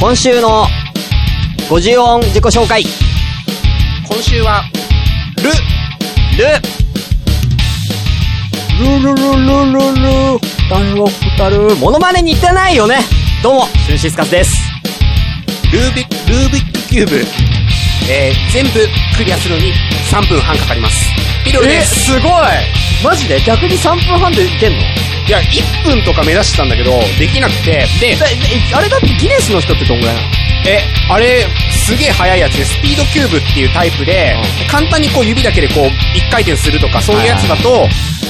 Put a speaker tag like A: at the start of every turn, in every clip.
A: 今週の50音自己紹介。
B: 今週は、
A: ル、ル、ルルルルルル、大を語る。モノマネ似てないよね。どうも、シュンシスカスです。
B: ルービック、ルービックキューブ、えー、全部クリアするのに3分半かかります。以上です。
A: すごいマジで逆に3分半でいけんの
B: いや、1分とか目指してたんだけど、できなくて、で、
A: あれだってギネスの人ってどんぐらいなの
B: え、あれ、すげえ速いやつで、スピードキューブっていうタイプで、簡単にこう指だけでこう、1回転するとか、そういうやつだと、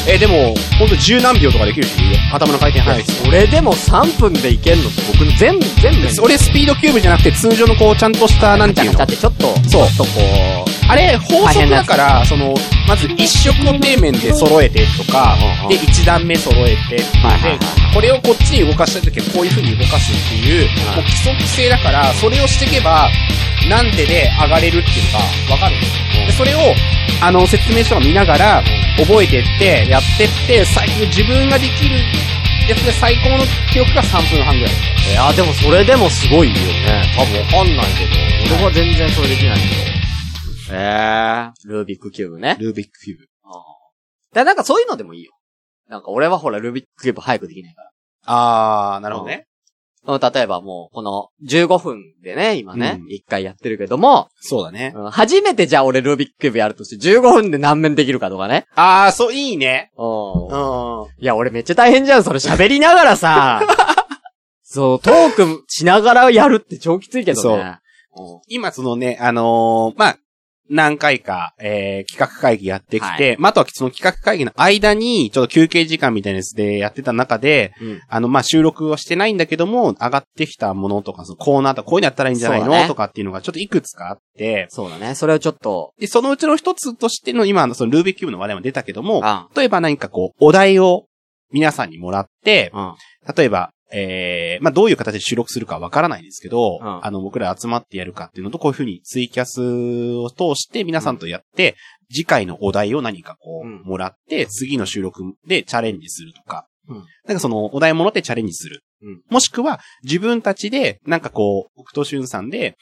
B: え、でも、ほんと十何秒とかできるっていうよ頭の回転速いです。
A: 俺でも3分でいけんのって僕の全部、全部
B: 俺、スピードキューブじゃなくて、通常のこう、ちゃんとした、なんていうの
A: だってちょっと、ちょ
B: そう
A: っとこ
B: あれ、法則だから、その、まず一色を底面で揃えてとか
A: うんうん、
B: で、一段目揃えてっていう
A: はいはいはい
B: で、これをこっちに動かしたいときはこういう風に動かすっていう、
A: はい
B: もう規則性だから、それをしていけば、なんでで上がれるっていうのがわかるので、それを、あの、説明書を見ながら、覚えてって、やってって、最近自分ができるやつで最高の記録が3分半ぐら
A: う、
B: い。
A: いやでもそれでもすごいよね。
B: 多分わかんないけ
A: 僕は全然それできないけど。えー、ルービックキューブね。
B: ルービックキューブ。
A: だなんかそういうのでもいいよ。なんか俺はほら、ルービックキューブ早くできないから。
B: あー、なるほどね。
A: うん例えばもう、この15分でね、今ね、
B: うん
A: 一1回やってるけども、
B: そうだね。
A: うん初めてじゃあ俺ルービックキューブやるとして15分で何面できるかとかね。
B: あー、そう、いいね。
A: うん
B: うん。
A: いや、俺めっちゃ大変じゃん、それ喋りながら さ。そう、トークしながらやるって超きついけどね。
B: 今そのね、あのーまあ、何回か、えー、企画会議やってきて、
A: は
B: まあ、あとはその企画会議の間に、ちょっと休憩時間みたいなやつでやってた中で、
A: うん
B: あの、まあ、収録はしてないんだけども、上がってきたものとか、そのコーナーとか、こういうのやったらいいんじゃないの、
A: そうだね
B: とかっていうのがちょっといくつかあって、
A: そうだね。それをちょっと、
B: で、そのうちの一つとしての、今、そのルービックキューブの話題も出たけども、
A: あ
B: 例えば何かこう、お題を皆さんにもらって、
A: うん。
B: 例えば、えー、まあ、どういう形で収録するかわからないんですけど、
A: うん
B: あの、僕ら集まってやるかっていうのと、こういうふうにツイキャスを通して皆さんとやって、次回のお題を何かこう、
A: うん
B: もらって、次の収録でチャレンジするとか、
A: うん
B: なんかその、お題もらってチャレンジする。
A: うん
B: もしくは、自分たちで、なんかこう、僕としゅんさんで、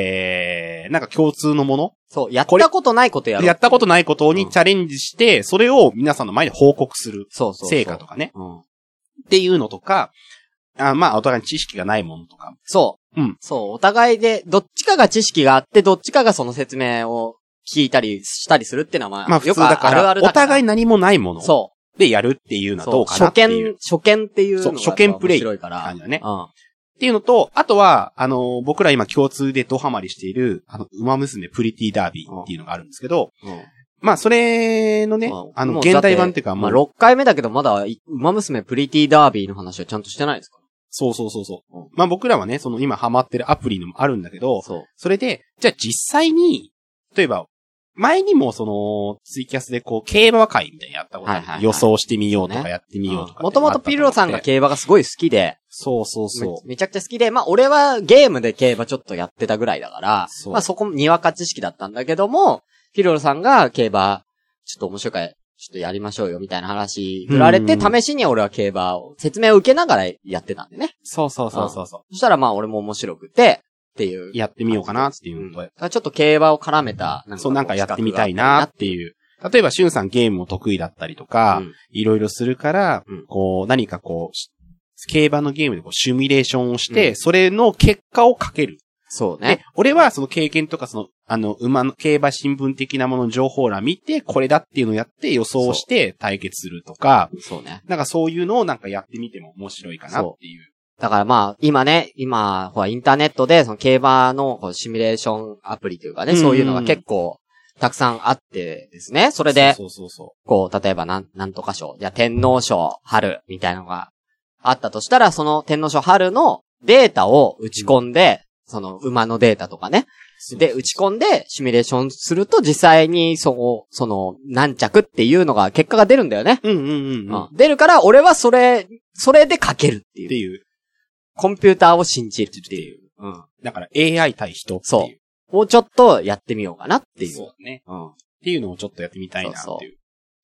B: えー、なんか共通のもの、
A: そう、やったことないことやろう。
B: やったことないこと
A: う
B: に
A: ん
B: チャレンジして、それを皆さんの前で報告する。
A: そうそうそう。
B: 成果とかね。
A: うん。
B: っていうのとか、あまあ、お互いに知識がないものとか、
A: そう。
B: うん
A: そう、お互いで、どっちかが知識があって、どっちかがその説明を聞いたりしたりするっていうのは、
B: まあ普
A: よ
B: 通
A: くあ
B: だから、
A: るあるだ
B: お互い
A: い
B: 何もないもの
A: そ
B: でやるっていう
A: う。
B: のは
A: そ
B: ど
A: う
B: うかな
A: 初
B: っていう。
A: 見、初見っていうのが
B: そう初見プレイ
A: 面白いから。
B: 感じだね
A: うん。
B: っていうのと、あとは、あの、僕ら今共通でドハマりしている、あの、馬娘プリティダービーっていうのがあるんですけど、
A: うん
B: まあ、それのね
A: ま、
B: あの、
A: も
B: 現代版っていうか、
A: だま
B: も
A: あ、
B: う、
A: 6回目だけど、まだ、い馬娘プリティダービーの話はちゃんとしてないですか
B: そうそうそうそうう。まあ、僕らはね、その今ハマってるアプリのもあるんだけど
A: ら、そう。
B: それで、じゃあ実際に、例えば、前にもその、ツイキャスでこう、競馬会みたいなのやったことある
A: はいはいはい
B: 予想してみようとかやってみようとか。
A: もともとピルロさんが競馬がすごい好きで、
B: そうそうそう。
A: めめちゃくちゃ好きで、まあ俺はゲームで競馬ちょっとやってたぐらいだから、
B: そう
A: まあそこもにわか知識だったんだけども、ピルロさんが競馬、ちょっと面白いから、ちょっとやりましょうよみたいな話、振られて、
B: うんうん
A: 試しに俺は競馬を、説明を受けながらやってたんでね。
B: そうそうそうそうそう。
A: そしたらまあ俺も面白くて、っていう。
B: やってみようかなっていううんの
A: だか
B: と、
A: らちょっと競馬を絡めた、こ
B: そうなんかやってみたいなっていう。例えば、しゅんさんゲームも得意だったりとか、
A: うん
B: いろいろするから、
A: うん
B: こう、何かこう、し競馬のゲームでこうシミュレーションをして、
A: うん
B: それの結果をかける。
A: そう
B: で
A: ね。、
B: 俺はその経験とかその、あの、馬の、競馬新聞的なものの情報欄見て、これだっていうのをやって予想して対決するとか、
A: そうね。
B: なんかそういうのをなんかやってみても面白いかなっていう。
A: だからまあ、今ね、今、ほら、インターネットで、その競馬のこうシミュレーションアプリというかね、
B: うんうん
A: そういうのが結構、たくさんあってですね。そ
B: そ
A: れで、
B: そうそうそ
A: こう、例えばなん、なんとか賞、じゃあ天皇賞、春、みたいなのがあったとしたら、その天皇賞、春のデータを打ち込んで、その馬のデータとかね。
B: う。
A: で、打ち込んで、シミュレーションすると、実際に、その、その、何着っていうのが、結果が出るんだよね。
B: うんうんうん、うん。っ
A: うん出るから、俺はそれ、それで書けるっていう
B: て。いう。
A: コンピューターを信じるっていう。うん。
B: だから AI 対人って
A: そう
B: いう。
A: もうちょっとやってみようかなっていう。
B: そうね。
A: うん。
B: っていうのをちょっとやってみたいなっていう。
A: そうそう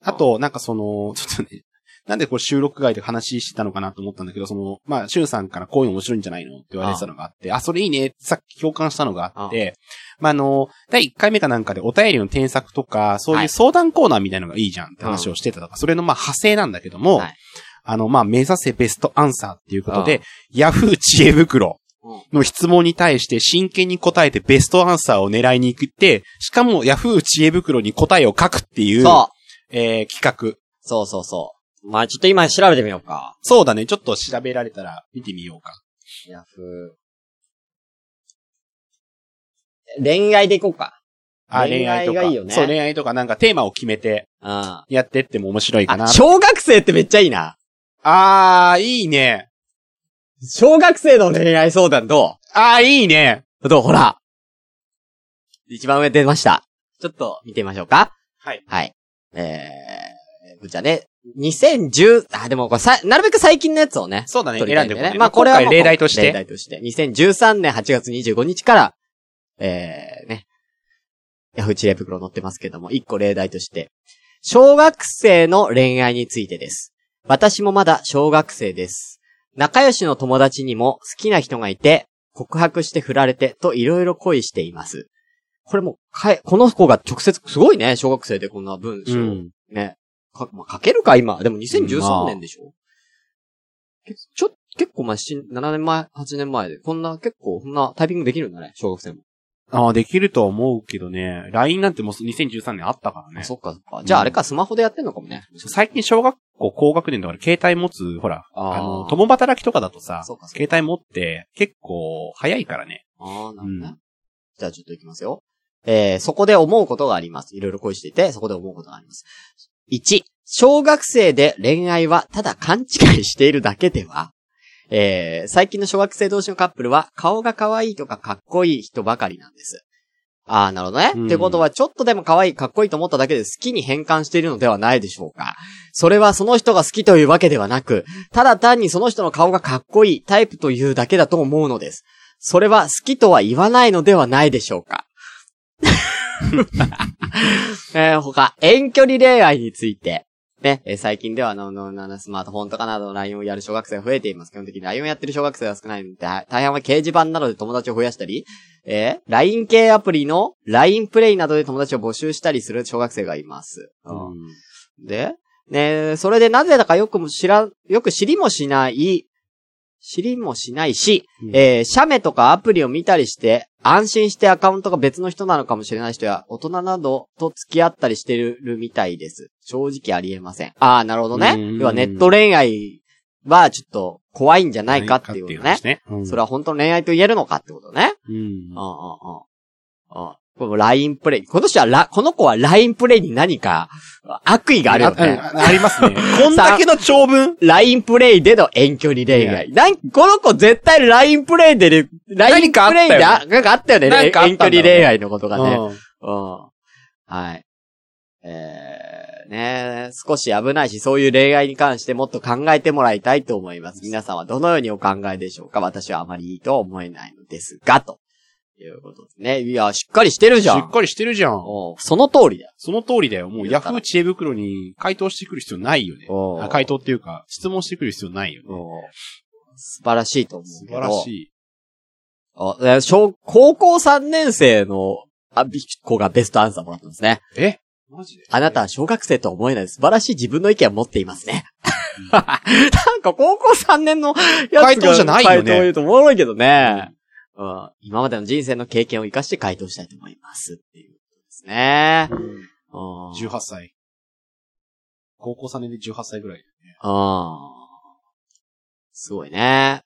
B: あと、なんかその、ちょっとね、なんでこう収録外で話してたのかなと思ったんだけど、その、まあ、シュンさんからこういうの面白いんじゃないのって言われてたのがあって、あそれいいねってさっき共感したのがあって、まあ、あの、第1回目かなんかでお便りの添削とか、そう
A: は
B: いう
A: い
B: 相談コーナーみたいのがいいじゃんって話をしてたとか、それのまあ、派生なんだけども、
A: はい
B: あの、まあ、目指せベストアンサーっていうこと
A: う
B: で、ヤフー知恵袋
A: うん
B: の質問に対して真剣に答えてベストアンサーを狙いに行って、しかもヤフー知恵袋に答えを書くっていう、
A: そう。
B: えー企画。
A: そうそうそう。まあちょっと今調べてみようか。
B: そうだね、ちょっと調べられたら見てみようか。
A: ヤフー。恋愛でいこうか。
B: あ、
A: 恋
B: 恋
A: 愛
B: 愛とか。
A: がいいよね
B: そう、恋愛とかなんかテーマを決めて
A: うん。あ、
B: やってっても面白いかな。
A: 小学生ってめっちゃいいな。
B: あー、いいね。
A: 小学生の恋愛相談ど
B: あー、いいね。
A: うどうほら。一番上出ました。ちょっと見てみましょうか。
B: はい。
A: はい。えー、じゃあね、2010、あ、でもこれさ、なるべく最近のやつをね、
B: そうだね、
A: 取りたい
B: 選ん
A: ん
B: で
A: だよ
B: おくね。
A: まあこれはもう
B: 今回例題とし
A: 例
B: て。
A: 題として。2013年8月25日から、えー、ね。ヤフー知恵袋載ってますけども、1個例題として。小学生の恋愛についてです。私もまだ小学生です。仲良しの友達にも好きな人がいて、告白して振られてといろいろ恋しています。これもう、かえ、この子が直接、すごいね、小学生でこんな文章。
B: うん。
A: ね。か、まあ、書けるか、今。でも2013年でしょ、けちょ、結構前、7年前、8年前で、こんな、結構、こんなタイピングできるんだね、小学生も。
B: あー、できると思うけどね。LINE なんてもう2013年あったからね
A: あ。そっか、そっか。じゃあ、
B: うん
A: あれか、スマホでやってんのかもね。
B: 最近小学校高学年だから携帯持つ、ほら、
A: あー
B: あの、共働きとかだとさ、
A: そうかそう
B: 携帯持って結構早いからね。
A: ああ、なるほどね。
B: うん
A: じゃあちょっといきますよ。えー、そこで思うことがあります。いろいろ恋していて、そこで思うことがあります。1、小学生で恋愛はただ勘違いしているだけではえー、最近の小学生同士のカップルは顔が可愛いとかかっこいい人ばかりなんです。ああ、なるほどね。
B: うん
A: ってことは、ちょっとでも可愛い、かっこいいと思っただけで好きに変換しているのではないでしょうか。それはその人が好きというわけではなく、ただ単にその人の顔がかっこいい、タイプというだけだと思うのです。それは好きとは言わないのではないでしょうか。 えー他、遠距離恋愛について。ね、えー最近ではあの、ののスマートフォンとかなどの LINE をやる小学生が増えています。基本的に LINE をやってる小学生は少ないので、大半は掲示板などで友達を増やしたり、えー LINE 系アプリの LINE プレイなどで友達を募集したりする小学生がいます。うん
B: うん
A: で、ねえそれでなぜだかよくも知らん、よく知りもしない、知りもしないし、
B: うん
A: えー、写メとかアプリを見たりして、安心してアカウントが別の人なのかもしれない人や、大人などと付き合ったりしてるみたいです。正直ありえません。ああ、なるほどね
B: うん。
A: 要はネット恋愛はちょっと怖いんじゃないかっていうことね。
B: ね。うん
A: それは本当の恋愛と言えるのかってことね。
B: うん
A: うんうんうん。うん。この LINE プレイ。今年はラ、この子は LINE プレイに何か悪意があるよね。
B: ああありま すね。こんだけの長文。
A: LINE プレイでの遠距離恋愛。なんこの子絶対 LINE プレイでね、LINE
B: 何
A: プ
B: かあっ
A: レ
B: た
A: イ
B: よね
A: で、あなんかあったよね。
B: なんかあった
A: 遠
B: んだ
A: 距
B: ろうね
A: 離恋愛のことがね。
B: うん
A: うん。はい。えー、ね少し危ないし、そういう恋愛に関してもっと考えてもらいたいと思います。皆さんはどのようにお考えでしょうか私はあまりいいとは思えないのですが、ということですね。いや、しっかりしてるじ
B: し
A: ゃん。
B: っかりしてるじゃん。
A: おうその通りだよ。
B: その通りだよ。もう
A: 言う
B: ヤ
A: た
B: フ
A: ら
B: ー知恵袋に回答してくる必要ないよね。
A: おう
B: あ回答っていうか、質問してくる必要ないよね。
A: おう素晴らしいと思う
B: 素
A: け
B: 晴
A: ど。
B: らしい。
A: あ、えー小、高校3年生の、あ、び、子がベストアンサーもらったんですね。
B: えマジで
A: あなたは小学生とは思えない素晴らしい自分の意見を持っていますね。 なんか高校3年のやつが
B: 回答じゃないよね
A: 回答を言うとおもろいけどね。うん。今までの人生の経験を生かして回答したいと思います。っていうことですね。うん。
B: 18歳。高校3年で18歳ぐらいだよね。
A: ああ。すごいね。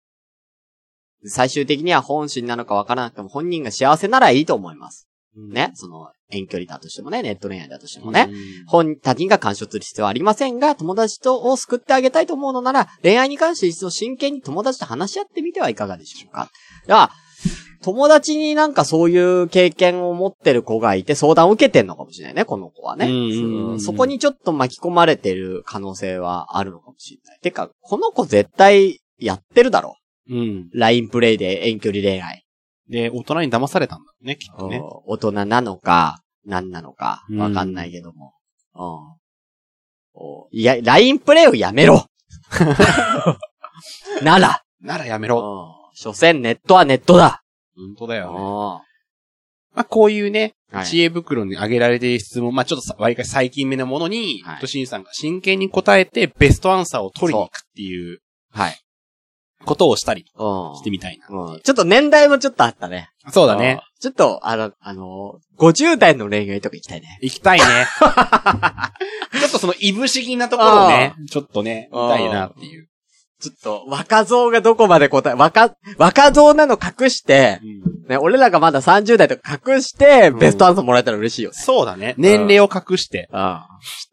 A: 最終的には本心なのかわからなくても本人が幸せならいいと思います。ね。その、遠距離だとしてもね、ネット恋愛だとしてもね。
B: うん
A: 本、他人が干渉する必要はありませんが、友達とを救ってあげたいと思うのなら、恋愛に関して一度真剣に友達と話し合ってみてはいかがでしょうか。いや、友達になんかそういう経験を持ってる子がいて相談を受けてんのかもしれないね、この子はね。
B: うんうんうん
A: うんそこにちょっと巻き込まれてる可能性はあるのかもしれない。てか、この子絶対やってるだろ。
B: うん。
A: LINE プレイで遠距離恋愛。
B: で、大人に騙されたんだね、きっとね。
A: お大人なのか、何なのか、わかんないけども。おいや、LINE プレイをやめ ろな ら、
B: ならやめ
A: う
B: ろ。
A: ん所詮ネットはネットだ。
B: 本当だ
A: うん
B: よね。
A: は
B: まあ、こういうね、
A: い
B: 知恵袋に挙げられている質問、まあ、ちょっとさ、割かし最近目のものに
A: は、い
B: としんさんが真剣に答えて、ベストアンサーを取りに行くっていう
A: はい。
B: ことをしたり
A: うん
B: してみたいな。
A: うんちょっと年代もちょっとあったね。
B: そうだね。
A: うん。ちょっと、あの、あの、50代の恋愛とか行きたいね。
B: 行きたい ね。ちょっとその、いぶし銀なところをね、ちょっとね、見
A: あー
B: たいなっていう。
A: ちょっと、若造がどこまで答え、若、若造なの隠して、ね、俺らがまだ30代とか隠して、
B: ん
A: ベストアンサーもらえたら嬉しいよね。
B: そうだね。年齢を隠して。
A: うん。ちょっ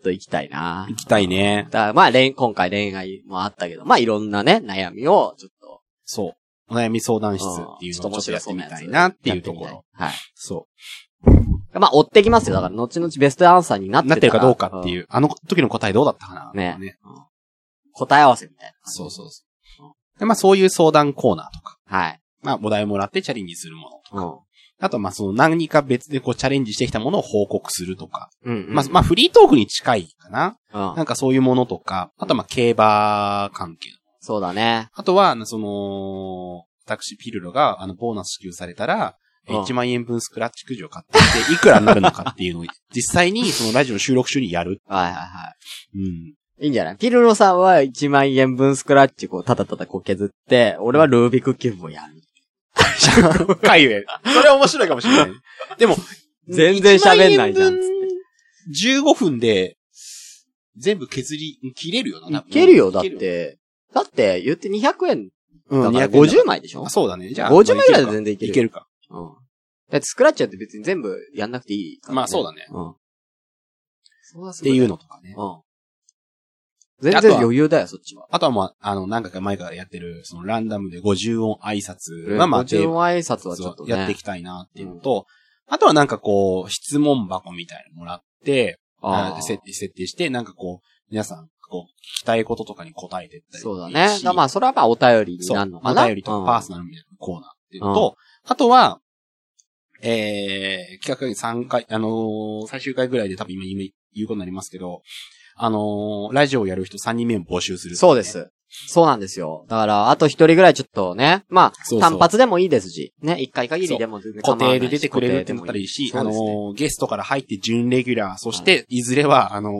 A: と行きたいな
B: 行きたいね。
A: だからまあ、恋、今回恋愛もあったけど、まあいろんなね、悩みを、ちょっと、
B: そう。お悩み相談室っていうのをちょっとやってみたいなっていうところ。。
A: はい。
B: そ
A: まあ、追ってきますよ。だから、後々ベストアンサーになっ
B: う。
A: て
B: なってるかどうかって
A: う
B: い
A: ん。
B: う。あの時の答えどうだったかな
A: ね答え合わせみたいな。。
B: そうそううそう。で、まあそういう相談コーナーとか。
A: はい。
B: まあお題もらってチャレンジするもの。
A: うん。
B: あとまあその何か別でこうチャレンジしてきたものを報告するとか。
A: うん、うん。
B: まあ、まあフリートークに近いかな。
A: あう。
B: なんんかそういうものとか。あとまあ競馬関係。
A: そうだね。
B: あとは、あのその、私ピルロが、あの、ボーナス支給されたら、え
A: うん
B: 1万円分スクラッチくじを買ってきて、いくらになるのかっていうのを、実際にそのラジオの収録中にやる。
A: はいはいは
B: うん。
A: い。いいんじゃないピルロさんは1万円分スクラッチこう、ただただこう削って、俺はルービックキューブをやる。
B: 回で。それは面白いかもしれない。でも、
A: 全然喋んないじゃん
B: 1万円分15分で、全部削り、切れるよな。
A: いけるよ、だっ
B: 多分。
A: て。だって、言って200円
B: う
A: だ
B: ん、
A: から
B: 250
A: 50枚でしょ
B: あ、そうだね。じゃあ、
A: 50枚ぐらいで
B: で
A: 全然いける。
B: いけるか。
A: うん。だってスクラッチやって別に全部やんなくていいから、
B: まあそうだね。
A: うん。そうだっ
B: っていうのとかね。
A: うん。全然余裕だよ、そっちは。
B: あとはまあ、あの、何回か前からやってる、そのランダムで50音挨拶
A: ま
B: は
A: あま
B: ま
A: あ、
B: あ、定
A: 50
B: 番
A: 挨拶はちょっとね。
B: やっていきたいなっていうのと、あとはなんかこう、質問箱みたいなのもらって、
A: あ
B: あ
A: あ
B: 設定設定して、なんかこう、皆さん、こう、聞きたいこととかに答えてったり
A: そうだ
B: もいい
A: ね。
B: し
A: だまあ、それはまあ、お便りに
B: そ
A: な
B: う
A: るの、か
B: お
A: な。
B: 便りとかパーソナルみたいなコーナーっていうのと、あとは、えー、企画に3回、あのー最終回ぐらいで多分今今言うことになりますけど、あのーラジオをやる人3人目を募集する、
A: そうで。す。そうなんですよ。だから、あと一人ぐらいちょっとね、まあ、
B: そうそう
A: 単発でもいいですし、ね、一回限りでも全然構
B: 固
A: わない
B: 定
A: し
B: で出てくれるってなったらいいし、
A: 固定
B: あ
A: でもいいそうですね
B: の、ゲストから入って準レギュラー、そして、いずれは、あの、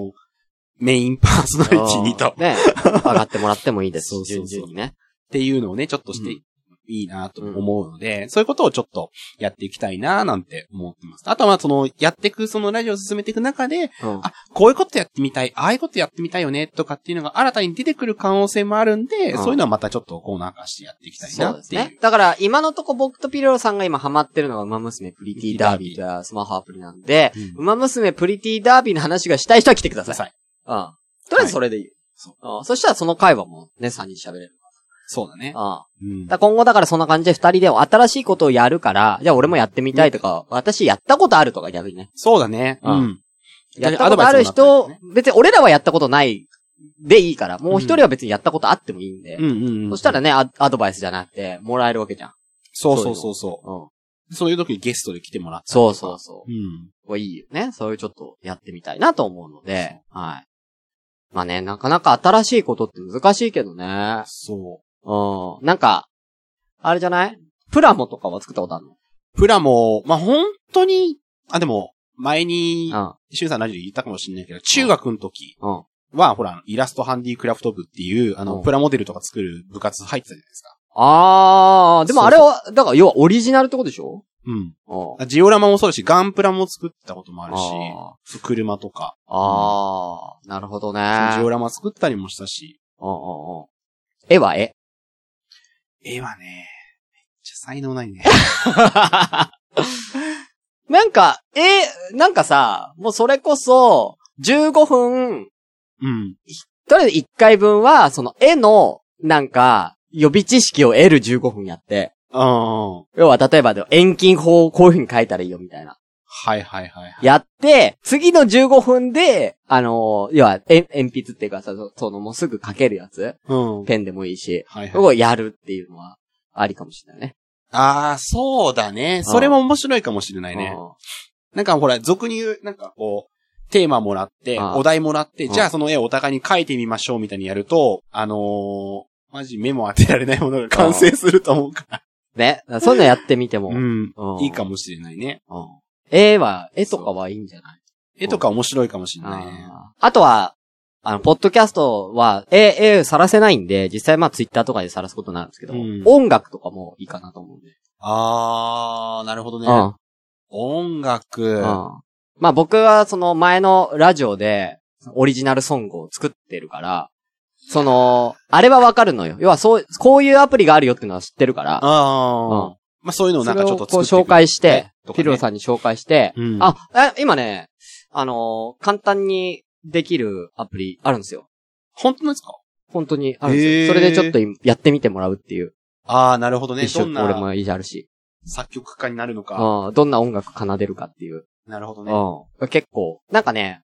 B: メインパーソナリティにと、っ
A: ね、上がってもらってもいいです
B: そう
A: し、
B: そうそ
A: 順
B: う
A: 々にね。
B: ていうのをね、ちょっとして
A: う
B: い
A: ん
B: いなと思うので、そういうことをちょっとやっていきたいななんて思ってます。あとは、その、やっていく、そのラジオを進めていく中で、
A: うん
B: あ、こういうことやってみたい、ああいうことやってみたいよね、とかっていうのが新たに出てくる可能性もあるんで、
A: うん
B: そういうのはまたちょっとコーナー化してやっていきたい
A: そ
B: な
A: うで
B: っ
A: す
B: ていう。
A: ね。だから、今のとこ僕とピロロさんが今ハマってるのが、ウマ娘プリティダービーというスマホアプリなんで、
B: う
A: ウ
B: ん
A: マ娘プリティダービーの話がしたい人は来てくだ
B: く
A: さ
B: だ
A: い。
B: さい。
A: うん。とりあえずそれでいい。
B: そう
A: うんそしたらその会話もね、3人喋れる。
B: そうだね。
A: うん。
B: うん
A: だから今後だからそんな感じで二人で新しいことをやるから、じゃあ俺もやってみたいとか、私やったことあるとか逆にね。
B: そうだね。
A: うん
B: うん。
A: やったことある人、
B: アドバイスもらったりね
A: 別に俺らはやったことないでいいから、もう一人は別にやったことあってもいいんで。
B: うんうんうん。
A: そしたらねア、アドバイスじゃなくて、もらえるわけじゃん。
B: そうそうそうそ
A: うん。
B: う。そういう時にゲストで来てもらったりと
A: そう
B: か。
A: そうそう
B: ん。
A: う。これいいよね。そういうちょっとやってみたいなと思うので、はい。まあね、なかなか新しいことって難しいけどね。
B: そ
A: うん。なんか、あれじゃないプラモとかは作ったことあるの
B: う。プラも、まあ、本当に、あ、でも、前に、
A: う
B: シュンさんラジオで言ったかもしれないけど、中学の時
A: ん。うん。
B: は、ほら、イラストハンディクラフト部っていう、あの、
A: うん
B: プラモデルとか作る部活入ってたじゃないですか。
A: あー、でもあれは、だから要はオリジナルってことでしょ
B: うん
A: うん。
B: あ。ジオラマもそうだし、ガンプラも作ったこともあるし、
A: あ
B: そう車とか、
A: ーあー、なるほどね。
B: ジオラマ作ったりもしたし、
A: うんうんうん絵は絵。
B: 絵はね、めっちゃ才 能ないね。
A: なんか、絵、なんかさ、もうそれこそ、15分、
B: うん。
A: とりあえず1回分は、その絵の、なんか、予備知識を得る15分やって、
B: ああ。
A: 要は例えばで遠近法をこういう風に書いたらいいよみたいな。
B: はいはいはいはい。
A: やって、次の15分で、あのー要は、えん鉛筆っていうかさ、そそのもうすぐ書けるやつ
B: うん。
A: ペンでもいいし、
B: はいはい。
A: をやるっていうのは、ありかもしれないね。
B: ああ、そうだね。それも面白いかもしれないね。なんかほら、俗に言う、なんかこう、テーマもらって、
A: ああ
B: お題もらって、
A: うん
B: じゃあその絵をお互いに描いてみましょうみたいにやると、あのー、マジ目も当てられないものが完成すると思うから。
A: ね。だからそういうのやってみても。
B: うん。
A: うん
B: いいか。もしれないね。
A: うん。絵は、絵とかはいいんじゃない
B: 絵とか面白いかもしれないね。
A: あーあとは、あの、ポッドキャストは、絵、絵さらせないんで、実際まあツイッターとかでさらすことになるんですけど、
B: うん
A: 音楽とかもいいかなと思うんで。
B: あー、なるほどね。音
A: う
B: 楽。
A: ん。うん。まあ僕はその前のラジオで、オリジナルソングを作ってるから、その、あれはわかるのよ。要はそう、こういうアプリがあるよっていうのは知ってるから、
B: あー。まあそういうのを
A: そ
B: なん
A: れ
B: かち
A: を
B: ょっと
A: こう
B: 作ってい
A: 紹
B: く
A: 介して、
B: とかね
A: ピルロさんに紹介して、
B: うん
A: あ、え、今ね、あのー簡単にできるアプリあるんですよ。
B: 本当ですか
A: 本当にあるんです
B: へー
A: よ。それでちょっと今やってみてもらうっていう。
B: あー、なるほどね。
A: 一緒
B: どん
A: 俺
B: な
A: もいじあるし。
B: 作曲家になるのか。
A: うん。どんな音楽奏でるかっていう。
B: なるほどね。
A: うん。結構、なんかね、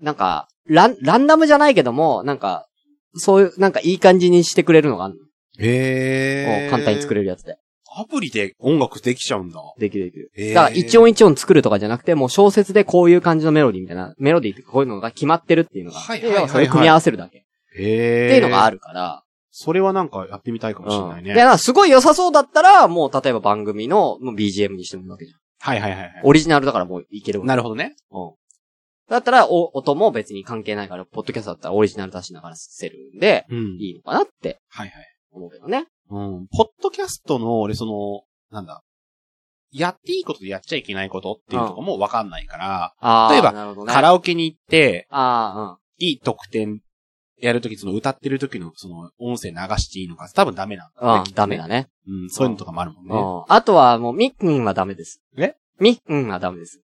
A: なんか、ラン、ランダムじゃないけども、なんか、そういう、なんかいい感じにしてくれるのがあるの
B: へ
A: うん簡単に作
B: る。
A: れるやつで。
B: アプリで音楽できちゃうんだ。
A: できるできる。
B: へー
A: だから一音一音作るとかじゃなくて、もう小説でこういう感じのメロディーみたいな、メロディーっていうかこういうのが決まってるっていうのが、
B: はい
A: で
B: はいはいはい
A: 要それ組み合わせるだけ。
B: へ
A: っていうのがあ
B: る。
A: るから、
B: それはなんかやってみたいかもしれ
A: う。
B: なんい
A: で、
B: ね。
A: なんかすごい良さそうだったら、もう例えば番組のもう BGM にしてもいいわけじゃん。
B: はいはいはいはい。
A: オリジナルだからもういけるわけ。
B: なるほどね。
A: うん。だったら、お、音も別に関係ないから、ポッドキャストだったらオリジナル出しながらせるんで、
B: うん
A: いいのかなって
B: はいはい。
A: 思うけどね。
B: うん。ポッドキャストの、俺その、なんだ。やっていいことでやっちゃいけないことっていうとこもわかんないから、
A: あー
B: 例えば
A: なるほどね。
B: カラオケに行って、
A: あ
B: いい得点やるとき、その歌ってるときのその音声流していいのか、多分ダメなん
A: あ、うん。うん、
B: きっと
A: ダメだね。
B: うん、そういうのとかもあるもんね。
A: うん。あとは、もう、ミックンはダメです。
B: え
A: ミックンはダメです。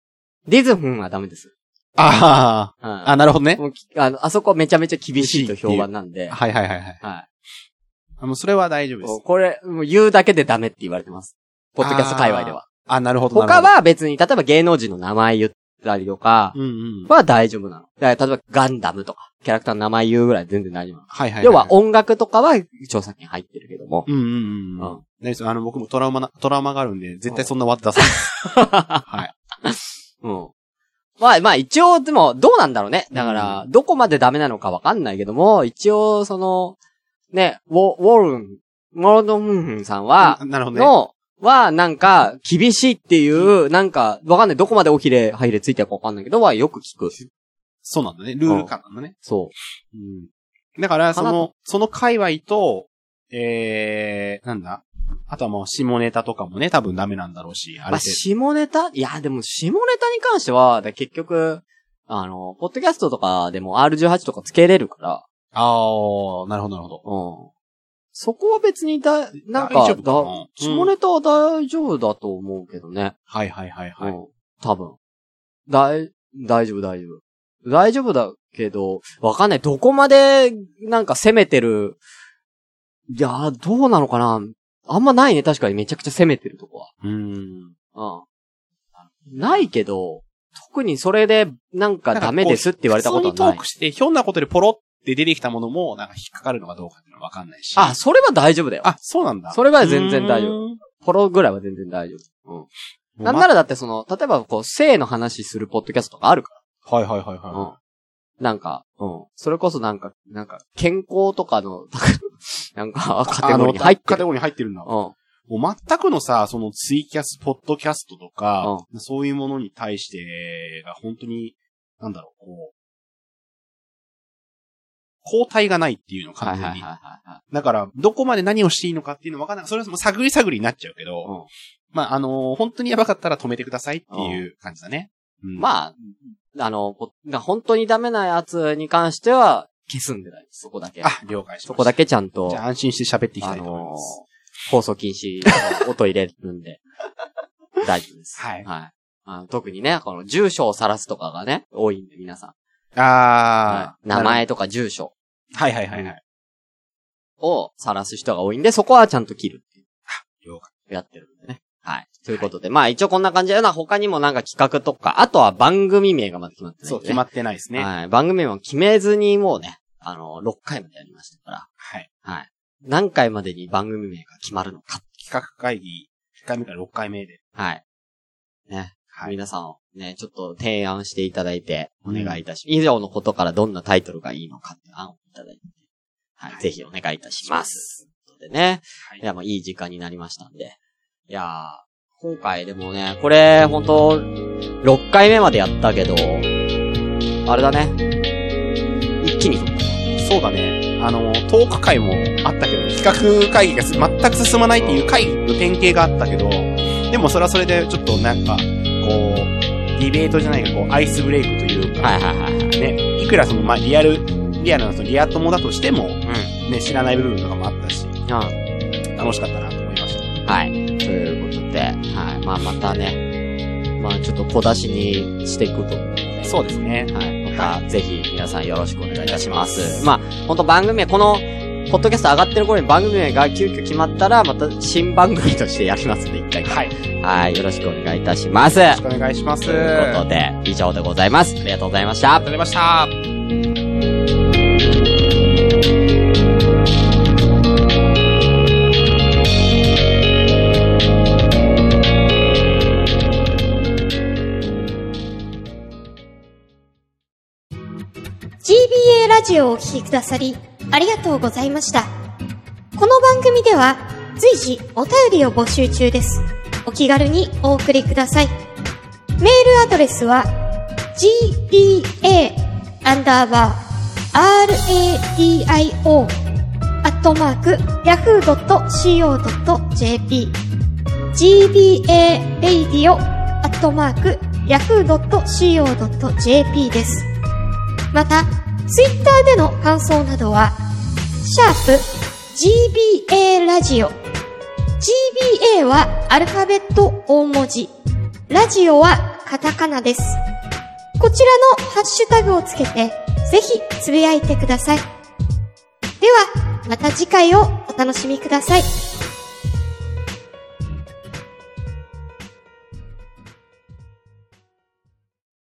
A: ディズフンはダメです。
B: あ
A: うん。
B: あ、あ、なるほどね。
A: もうきあの、あそこめちゃめちゃ厳しいと評判なんで。
B: はいはいはいはい。
A: は
B: あもうそれは大丈夫
A: い。
B: です。
A: これ、もう言うだけでダメって言われてます。ポッドキャスト界隈では。
B: あ、なるほど。なる
A: 他
B: ほど、
A: は別に、例えば芸能人の名前言ったりとか、
B: うんうん。
A: は大丈夫なの。だから例えばガンダムとか、キャラクターの名前言うぐらい全然大丈夫なの。
B: はいはいい。
A: 要は音楽とかは著作権入ってるけど も。
B: うんうんうん。う、
A: うん
B: 何ですあの、僕もトラウマな、トラウマがあるんで、絶対そんなワード出さない。はい。
A: うん。まあまあ一応でもどうなんだろうね。だから、どこまでダメなのかわかんないけども、一応その、ね、ウォ、ウォルン、ウォルドムンフンさんは、
B: なるほどね。
A: の、はなんか厳しいっていう、なんかわかんない。どこまでおひれ、配れついてるかわかんないけどはよく聞く。
B: そうなんだね。ルール感なんだね。
A: そ
B: うん。だから、そ
A: かな
B: の、その界隈と、えー、なんだあとはもう、下ネタとかもね、多分ダメなんだろうし、
A: う。
B: あ
A: ま
B: れ
A: あ
B: で。
A: 下ネタいやでも下ネタに関しては、だから結局、あの、ポッドキャストとかでも R18 とかつけれるから、
B: あー、なるほど、なるほど。
A: うん。そこは別にだ、なん
B: 大
A: か、
B: 丈
A: だ
B: 夫かなうん
A: 下ネタは大丈夫だと思うけどね。
B: はいはいはいはい。
A: うん。多分。だい、大丈夫大丈夫。大丈夫だけど、わかんない。どこまで、なんか攻めてる。いやー、どうなのかなあんまないね。確かにめちゃくちゃ攻めてるとこ
B: うん。
A: は。うん。ないけど、特にそれで、なんかダメですって言われたことは
B: 普通に
A: な
B: ト
A: い
B: ーク。して、ひょんなことでポロって出てきたものも、なんか引っかかるのかどうかっていうのはわかんないし。
A: あ、、それは大丈夫だよ。
B: あ、そうなんだ。
A: それは全然大丈夫。
B: 夫。
A: ポロぐらいは全然大丈夫。うん。なん
B: ま
A: ならだってその、例えばこう、性の話するポッドキャストとかあるか
B: はいはいはい
A: ら。
B: は
A: うん。なんか、うん。それこそなんか、なんか、健康とかの、 なんか、
B: い。
A: カテゴリーに入っ
B: あの
A: て
B: カテ
A: る。
B: ゴリーに入ってるんだ。
A: うん。
B: もう全くのさ、そのツイキャス、ポッドキャストとか、そういうものに対してが本当に、なんだろう、こう、交代がないっていうの、
A: は
B: 完
A: いはい
B: 全に。
A: はいはいはい。
B: だから、どこまで何をしていいのかっていうのわからない。それはもう探り探りになっちゃうけど、まあ、あのー本当にやばかったら止めてくださいっていう感じだね。うん、あ、
A: まあ、あの、こな本当にダメなやつに関しては、消すんでない。そこだけ。
B: あ、了解しました。
A: そこだけちゃんと
B: じゃ、あ安心して喋っていきた
A: あ
B: いと思い
A: の
B: ます。、
A: 放送禁止、音入れるんで、 大丈夫です。
B: はい
A: はい。あの特にね、この住所を晒すとかがね、多いんで、皆さん。は
B: あ
A: い
B: ー
A: 名。前とか住所
B: はいはいはいはい。
A: を晒す人が多いんで、そこはちゃんと切るっていう
B: 了解。
A: やってるんでね。はい。ということで、まあ一応こんな感じだな。他にもなんか企画とか、あとは番組名がまだ決まってないんでね、
B: そう、決まってないですね。
A: はい。番組名も決めずにもうね、あの、6回までやりましたから、
B: はい。
A: はい。何回までに番組名が決まるのか。
B: 企画会議、1回目から6回目で。
A: はい。ね。
B: はい
A: 皆さんをね、ちょっと提案していただいて、お願いいたします。以上のことからどんなタイトルがいいのかって案をいただいて、はい、
B: はい
A: ぜひお願いいたします。ということでね、
B: はい
A: いや、もういい時間になりましたんで。いやー、今回でもね、これ、本当6回目までやったけど、あれだね。一気に振った。
B: そうだね。あの、トーク会もあったけど、企画会議がす全く進まないっていう会議の典型があったけど、でもそれはそれでちょっとなんか、こう、ディベートじゃないけど、こう、アイスブレイクというか、
A: はいはいはいはい。
B: ね、いくらその、まあ、リアル、リアルなそのリア友だとしても、
A: う
B: ね、知らない部分とかもあったし、
A: ん。うん。
B: 楽しかったなと思いました。
A: はい。ということで、はい。まあ、またね、まあ、ちょっと小出しにしていくと思うので。
B: そうですね。
A: はい。また、ぜひ、皆さんよろしくお願いいたします。まあ、ほんと番組名、この、ポッドキャスト上がってる頃に番組名が急遽決まったら、また新番組としてやりますんで、一回。
B: はい。よ
A: はい。よろしくお願いいたします。
B: ろしくお願いします。
A: ということで、以上でございます。ありがとうございました
B: ありがとうご。ざいました。
C: GBA ラジオをお聴きくださり、ありがとうございました。この番組では、随時お便りを募集中です。お気軽にお送りください。メールアドレスは、gba, アンダーバー、radio, アットマーク、yahoo.co.jp gba, radio, アットマーク、yahoo.co.jp です。また、ツイッターでの感想などは、シャープ GBA ラジオ。GBA はアルファベット大文字。ラジオはカタカナです。こちらのハッシュタグをつけて、ぜひつぶやいてください。では、また次回をお楽しみください。